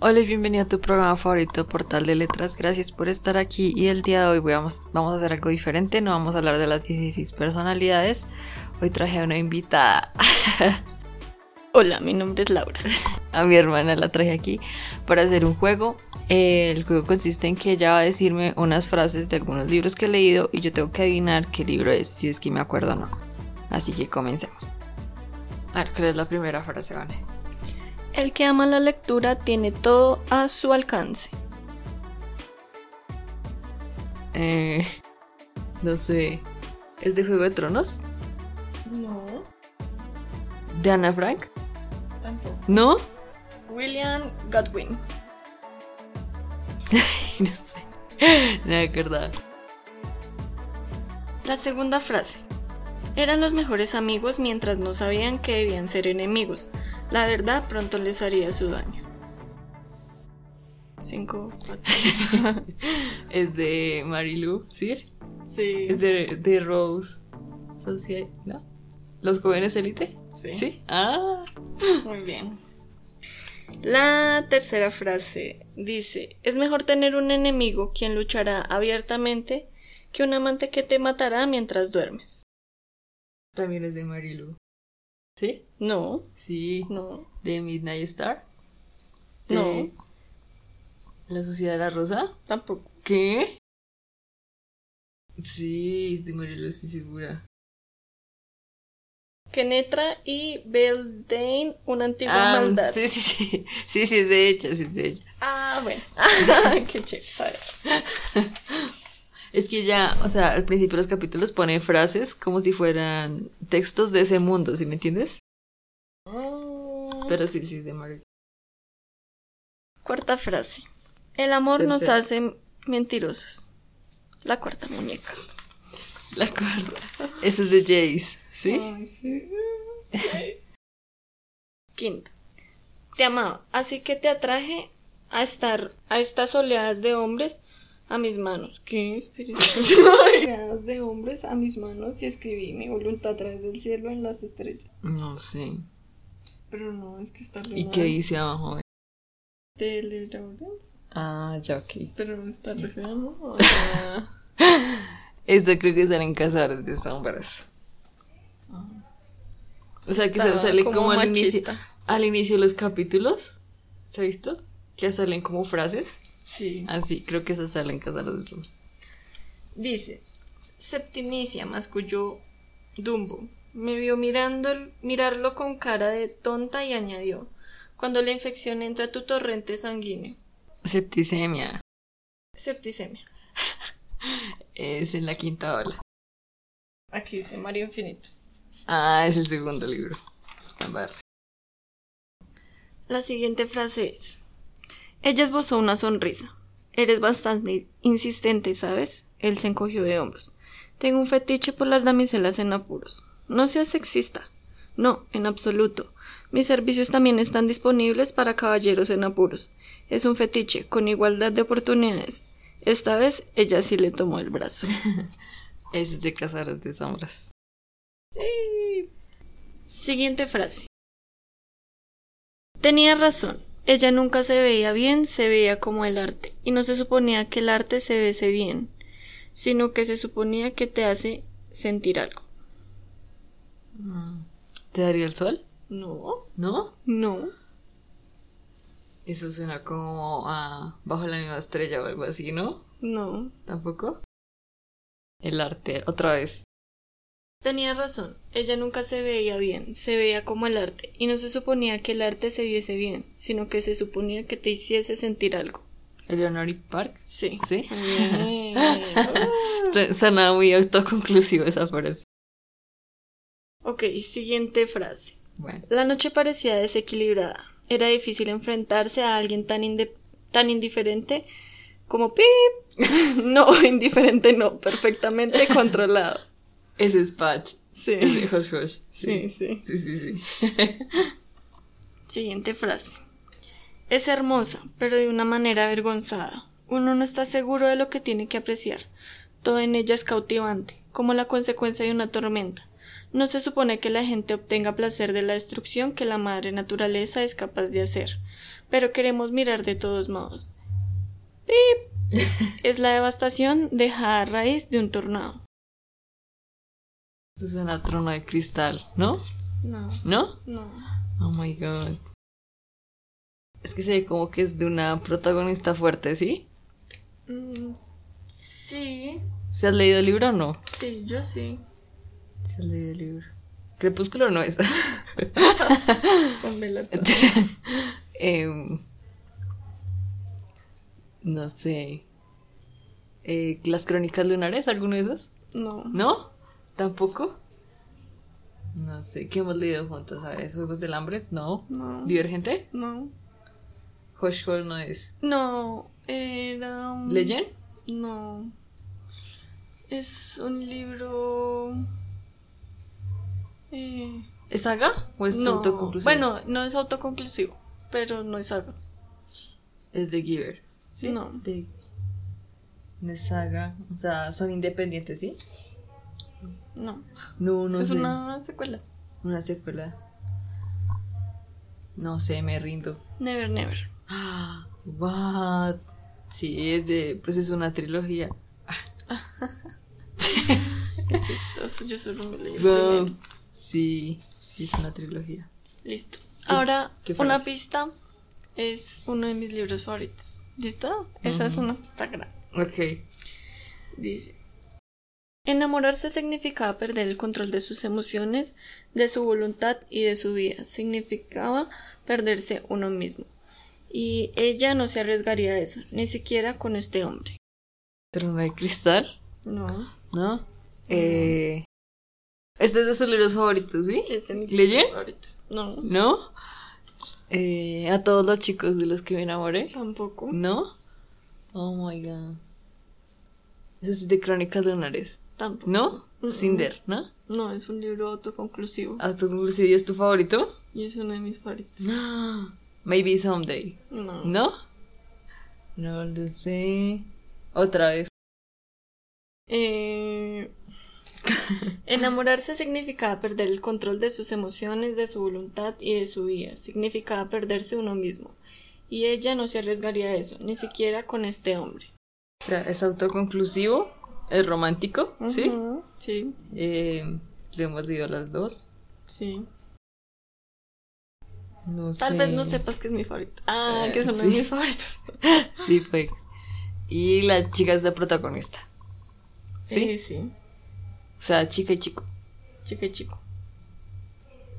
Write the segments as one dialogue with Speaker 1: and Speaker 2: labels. Speaker 1: Hola y bienvenido a tu programa favorito, Portal de Letras. Gracias por estar aquí y el día de hoy vamos, vamos a hacer algo diferente. No vamos a hablar de las 16 personalidades. Hoy traje a una invitada.
Speaker 2: Hola, mi nombre es Laura.
Speaker 1: A mi hermana la traje aquí para hacer un juego. Eh, el juego consiste en que ella va a decirme unas frases de algunos libros que he leído y yo tengo que adivinar qué libro es, si es que me acuerdo o no. Así que comencemos. A ver, ¿cuál es la primera frase, Vane?
Speaker 2: El que ama la lectura tiene todo a su alcance.
Speaker 1: Eh, no sé. ¿Es de Juego de Tronos?
Speaker 2: No,
Speaker 1: ¿De Ana Frank?
Speaker 2: tampoco.
Speaker 1: ¿No?
Speaker 2: William Godwin.
Speaker 1: no sé. No me acordaba.
Speaker 2: La segunda frase. Eran los mejores amigos mientras no sabían que debían ser enemigos. La verdad pronto les haría su daño. 5,
Speaker 1: Es de Marilu, ¿sí?
Speaker 2: Sí.
Speaker 1: Es de, de Rose Social... ¿No? ¿Los jóvenes élite? ¿Sí? Ah.
Speaker 2: Muy bien. La tercera frase dice, es mejor tener un enemigo quien luchará abiertamente que un amante que te matará mientras duermes.
Speaker 1: También es de Marilu. ¿Sí?
Speaker 2: No,
Speaker 1: Sí.
Speaker 2: no,
Speaker 1: ¿De Midnight Star?
Speaker 2: no,
Speaker 1: ¿La Sociedad de la Rosa?
Speaker 2: tampoco.
Speaker 1: ¿Qué? Sí, es de Marilu, estoy segura.
Speaker 2: Kenetra y Beldane, una antigua
Speaker 1: Ah,
Speaker 2: maldad.
Speaker 1: sí, sí, sí. Sí, sí, es de ella, sí, es de ella.
Speaker 2: Ah, bueno. Qué chévere saber.
Speaker 1: Es que ya, o sea, al principio de los capítulos pone frases como si fueran textos de ese mundo, ¿sí me entiendes? Pero sí, sí, de Mario.
Speaker 2: Cuarta frase. El amor nos
Speaker 1: Tercera.
Speaker 2: hace mentirosos. La cuarta muñeca.
Speaker 1: La cuarta. Eso es de Jace, ¿sí?
Speaker 2: Ay, sí. Quinta. Te amaba, así que te atraje a estar a estas oleadas de hombres a mis manos. ¿Qué? Espera. oleadas de hombres a mis manos y escribí mi voluntad a través del cielo en las estrellas.
Speaker 1: No sé.
Speaker 2: Pero no, es que está re
Speaker 1: ¿Y
Speaker 2: mal.
Speaker 1: qué dice abajo?
Speaker 2: ¿Te leí la verdad?
Speaker 1: Ah, ya, ok.
Speaker 2: Pero está
Speaker 1: Sí.
Speaker 2: re fea, ¿no? O sea,
Speaker 1: Esta creo que estará en Casares de Sombras. O sea, que se
Speaker 2: Ah. está
Speaker 1: sale como, al, inicio,
Speaker 2: machista.
Speaker 1: al inicio de los capítulos. ¿Se ha visto? Que salen como frases.
Speaker 2: Sí.
Speaker 1: Así, creo que esa sale en Casares de Sombras.
Speaker 2: Dice, Septimicia masculló Dumbo. Me vio mirando, mirarlo con cara de tonta y añadió, cuando la infección entra a tu torrente sanguíneo.
Speaker 1: Septicemia.
Speaker 2: Septicemia.
Speaker 1: Es en la quinta ola.
Speaker 2: Aquí dice Mario Infinito.
Speaker 1: Ah, es el segundo libro. Ah, A ver.
Speaker 2: La siguiente frase es, ella esbozó una sonrisa. Eres bastante insistente, ¿sabes? Él se encogió de hombros. Tengo un fetiche por las damiselas en apuros. No seas sexista. No, en absoluto. Mis servicios también están disponibles para caballeros en apuros. Es un fetiche, con igualdad de oportunidades. Esta vez ella sí le tomó el brazo.
Speaker 1: Es de Cazares de Sombras.
Speaker 2: Siguiente frase. Tenía razón. Ella nunca se veía bien, se veía como el arte, y no se suponía que el arte se vese bien, sino que se suponía que te hace sentir algo.
Speaker 1: Mm. ¿Te daría el sol?
Speaker 2: No,
Speaker 1: ¿No?
Speaker 2: no.
Speaker 1: Eso suena como a Bajo la misma estrella o algo así, ¿no?
Speaker 2: No.
Speaker 1: ¿Tampoco? El arte, otra vez.
Speaker 2: Tenía razón. Ella nunca se veía bien, se veía como el arte, y no se suponía que el arte se viese bien, sino que se suponía que te hiciese sentir algo.
Speaker 1: Eleanor y Park.
Speaker 2: Sí.
Speaker 1: ¿Sí?
Speaker 2: Bien.
Speaker 1: Su- Suena muy autoconclusivo esa frase.
Speaker 2: ok, siguiente frase.
Speaker 1: Bueno,
Speaker 2: La noche parecía desequilibrada. Era difícil enfrentarse a alguien tan, inde- tan indiferente como Pip. No, indiferente no, perfectamente controlado.
Speaker 1: ese es Patch. Es de
Speaker 2: Sí,
Speaker 1: Hush Hush. Sí.
Speaker 2: sí, sí.
Speaker 1: Sí, sí, sí.
Speaker 2: Siguiente frase. Es hermosa, pero de una manera avergonzada. Uno no está seguro de lo que tiene que apreciar. Todo en ella es cautivante, como la consecuencia de una tormenta. No se supone que la gente obtenga placer de la destrucción que la madre naturaleza es capaz de hacer, pero queremos mirar de todos modos. ¡Pip! es la devastación dejada a raíz de un tornado.
Speaker 1: Esto suena a trono de cristal, ¿no?
Speaker 2: No,
Speaker 1: ¿No?
Speaker 2: no.
Speaker 1: Oh my god. Es que se ve como que es de una protagonista fuerte, ¿sí?
Speaker 2: Mm, sí,
Speaker 1: ¿Se has leído el libro o no?
Speaker 2: sí, yo sí.
Speaker 1: Se has leído el libro. Crepúsculo no es.
Speaker 2: Con
Speaker 1: Em, no sé. Eh, ¿Las crónicas lunares? ¿Alguno de esos?
Speaker 2: No.
Speaker 1: ¿No? ¿Tampoco? No sé. ¿Qué hemos leído juntos? A ver, ¿Juegos del Hambre? No.
Speaker 2: No.
Speaker 1: ¿Divergente?
Speaker 2: No.
Speaker 1: Hush Hall no es.
Speaker 2: No, era un...
Speaker 1: ¿Legend?
Speaker 2: No. Es un libro... Eh,
Speaker 1: ¿Es saga? ¿O es
Speaker 2: no.
Speaker 1: Pues autoconclusivo?
Speaker 2: Bueno, no es autoconclusivo, pero no es algo.
Speaker 1: Es de Giver. ¿Sí?
Speaker 2: No.
Speaker 1: De, de saga. O sea, son independientes, ¿sí?
Speaker 2: No.
Speaker 1: No, no
Speaker 2: es
Speaker 1: sé.
Speaker 2: una secuela.
Speaker 1: Una secuela. No sé, me rindo.
Speaker 2: Never Never.
Speaker 1: Ah, what? Sí, es de, pues es una trilogía.
Speaker 2: Qué chistoso, yo solo me leí el
Speaker 1: Wow.
Speaker 2: primero.
Speaker 1: Sí, sí, es una trilogía.
Speaker 2: Listo. Ahora,
Speaker 1: qué frase?
Speaker 2: una pista es uno de mis libros favoritos. ¿Listo? Esa es
Speaker 1: Ujú.
Speaker 2: una pista grande.
Speaker 1: Ok.
Speaker 2: Dice. Enamorarse significaba perder el control de sus emociones, de su voluntad y de su vida. Significaba perderse uno mismo. Y ella no se arriesgaría a eso, ni siquiera con este hombre.
Speaker 1: Trono de cristal,
Speaker 2: No.
Speaker 1: ¿no? Eh, este es de sus libros favoritos, ¿sí?
Speaker 2: Este es mi
Speaker 1: ¿Leyen?
Speaker 2: No.
Speaker 1: ¿No? Eh, a todos los chicos de los que me enamoré,
Speaker 2: Tampoco.
Speaker 1: ¿no? Oh my god. Ese es de Crónicas Lunares,
Speaker 2: Tampoco.
Speaker 1: ¿no?
Speaker 2: Mm.
Speaker 1: Cinder, ¿no?
Speaker 2: No, es un libro autoconclusivo.
Speaker 1: ¿A tu inclusive es tu favorito?
Speaker 2: Y es uno de mis favoritos.
Speaker 1: Maybe someday.
Speaker 2: No.
Speaker 1: ¿No? No lo sé. Otra vez.
Speaker 2: Eh, Enamorarse significaba perder el control de sus emociones, de su voluntad y de su vida. Significaba perderse uno mismo. Y ella no se arriesgaría a eso, ni siquiera con este hombre.
Speaker 1: O sea, es autoconclusivo, es romántico, ¿sí?
Speaker 2: Ujú, Sí,
Speaker 1: Eh, le hemos leído las dos.
Speaker 2: sí.
Speaker 1: No
Speaker 2: Tal
Speaker 1: sé.
Speaker 2: vez no sepas que es mi favorito. Ah,
Speaker 1: Eh,
Speaker 2: que es uno
Speaker 1: sí.
Speaker 2: de mis favoritos.
Speaker 1: Sí, fue. Y la chica es la protagonista. ¿Sí?
Speaker 2: Eh, sí.
Speaker 1: O sea, chica y chico.
Speaker 2: Chica y chico.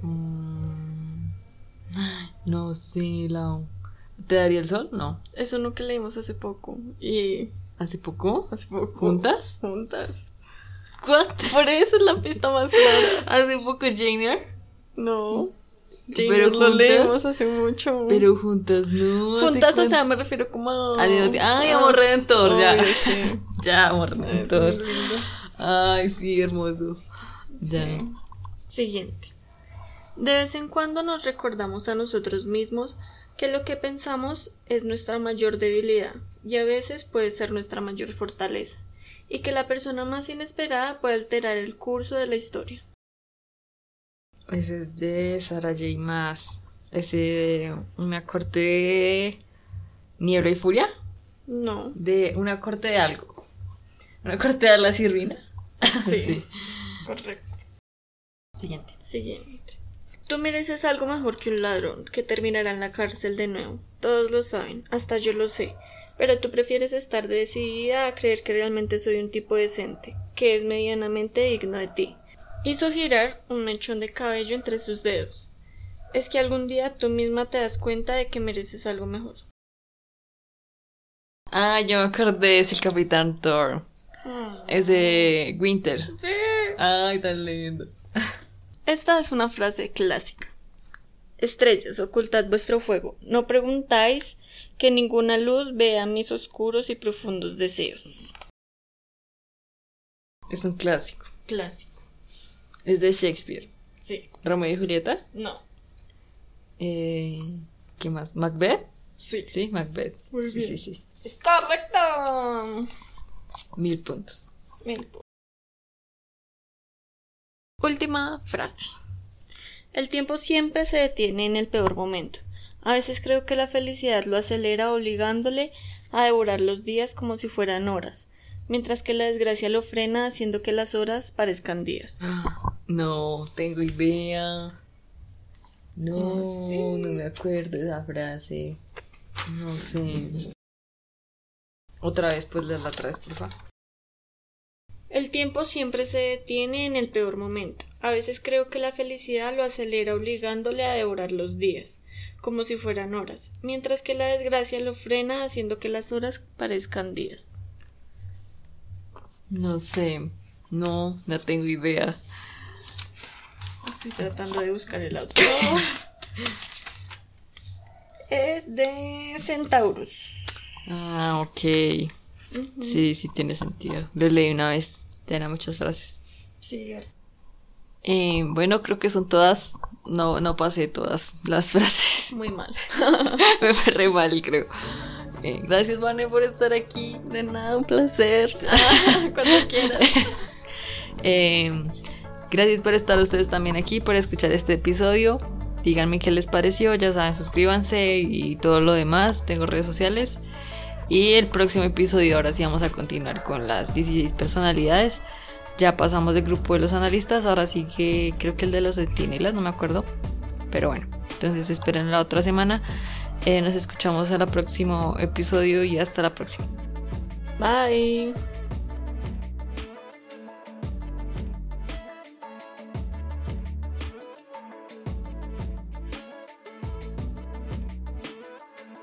Speaker 1: Mm. Ay, No sé, la... ¿Te daría el sol? No.
Speaker 2: Es uno que leímos hace poco. Y
Speaker 1: ¿Hace poco?
Speaker 2: hace poco.
Speaker 1: ¿Juntas?
Speaker 2: Juntas.
Speaker 1: ¿What?
Speaker 2: Por eso es la pista más clara.
Speaker 1: ¿Hace poco Jane Eyre?
Speaker 2: No.
Speaker 1: Pero
Speaker 2: Pero lo
Speaker 1: juntas.
Speaker 2: leímos hace mucho.
Speaker 1: Pero juntas no. ¿hace
Speaker 2: Juntas, o
Speaker 1: cuánto?
Speaker 2: sea, me refiero como a...
Speaker 1: Al mismo tiempo. Ay, amor redentor, ya.
Speaker 2: Obvio, sí.
Speaker 1: Ya, amor
Speaker 2: Ay, muy
Speaker 1: redentor.
Speaker 2: lindo.
Speaker 1: Ay, sí, hermoso. Ya.
Speaker 2: Sí. Siguiente. De vez en cuando nos recordamos a nosotros mismos que lo que pensamos es nuestra mayor debilidad y a veces puede ser nuestra mayor fortaleza y que la persona más inesperada puede alterar el curso de la historia.
Speaker 1: Ese es de Sara J. Maas. Ese de una corte de Niebla y Furia.
Speaker 2: No.
Speaker 1: De una corte de algo. Una corte de la sirvina.
Speaker 2: Correcto.
Speaker 1: Siguiente.
Speaker 2: Siguiente. Tú mereces algo mejor que un ladrón, que terminará en la cárcel de nuevo. Todos lo saben, hasta yo lo sé. Pero tú prefieres estar decidida a creer que realmente soy un tipo decente, que es medianamente digno de ti. Hizo girar un mechón de cabello entre sus dedos. Es que algún día tú misma te das cuenta de que mereces algo mejor.
Speaker 1: Ah, yo me acordé. Es el Capitán Thor. Es de Winter.
Speaker 2: Sí.
Speaker 1: Ay, tan lindo.
Speaker 2: Esta es una frase clásica. Estrellas, ocultad vuestro fuego. No preguntáis que ninguna luz vea mis oscuros y profundos deseos.
Speaker 1: Es un clásico.
Speaker 2: Clásico.
Speaker 1: Es de Shakespeare.
Speaker 2: Sí.
Speaker 1: Romeo y Julieta.
Speaker 2: No.
Speaker 1: Eh, ¿Qué más? Macbeth.
Speaker 2: Sí.
Speaker 1: Sí, Macbeth.
Speaker 2: Muy
Speaker 1: Sí, sí,
Speaker 2: bien.
Speaker 1: sí.
Speaker 2: Es correcto.
Speaker 1: Mil puntos.
Speaker 2: Mil po- Última frase. El tiempo siempre se detiene en el peor momento. A veces creo que la felicidad lo acelera obligándole a devorar los días como si fueran horas, mientras que la desgracia lo frena haciendo que las horas parezcan días.
Speaker 1: No, tengo idea. No,
Speaker 2: Sí.
Speaker 1: no me acuerdo esa frase. No sé. Otra vez, pues leerla otra vez, por favor.
Speaker 2: El tiempo siempre se detiene en el peor momento. A veces creo que la felicidad lo acelera obligándole a devorar los días, como si fueran horas, mientras que la desgracia lo frena haciendo que las horas parezcan días.
Speaker 1: No sé. No, no tengo idea.
Speaker 2: Estoy tratando de buscar el autor. es de Centaurus.
Speaker 1: Ah, ok.
Speaker 2: Ujú.
Speaker 1: Sí, sí tiene sentido. Lo leí una vez. Tenía muchas frases.
Speaker 2: Sí,
Speaker 1: Eh, bueno, creo que son todas. No, no pasé todas las frases.
Speaker 2: muy mal.
Speaker 1: me fue re mal, creo. Eh, gracias, Vane, por estar aquí.
Speaker 2: De nada, un placer. Cuando quieras.
Speaker 1: Eh, gracias por estar ustedes también aquí, por escuchar este episodio. Díganme qué les pareció, ya saben, suscríbanse y todo lo demás. Tengo redes sociales. Y el próximo episodio, ahora sí vamos a continuar con las 16 personalidades. Ya pasamos del grupo de los analistas, ahora sí que creo que el de los centinelas, no me acuerdo. Pero bueno, entonces esperen la otra semana. Eh, nos escuchamos en el próximo episodio y hasta la próxima.
Speaker 2: Bye.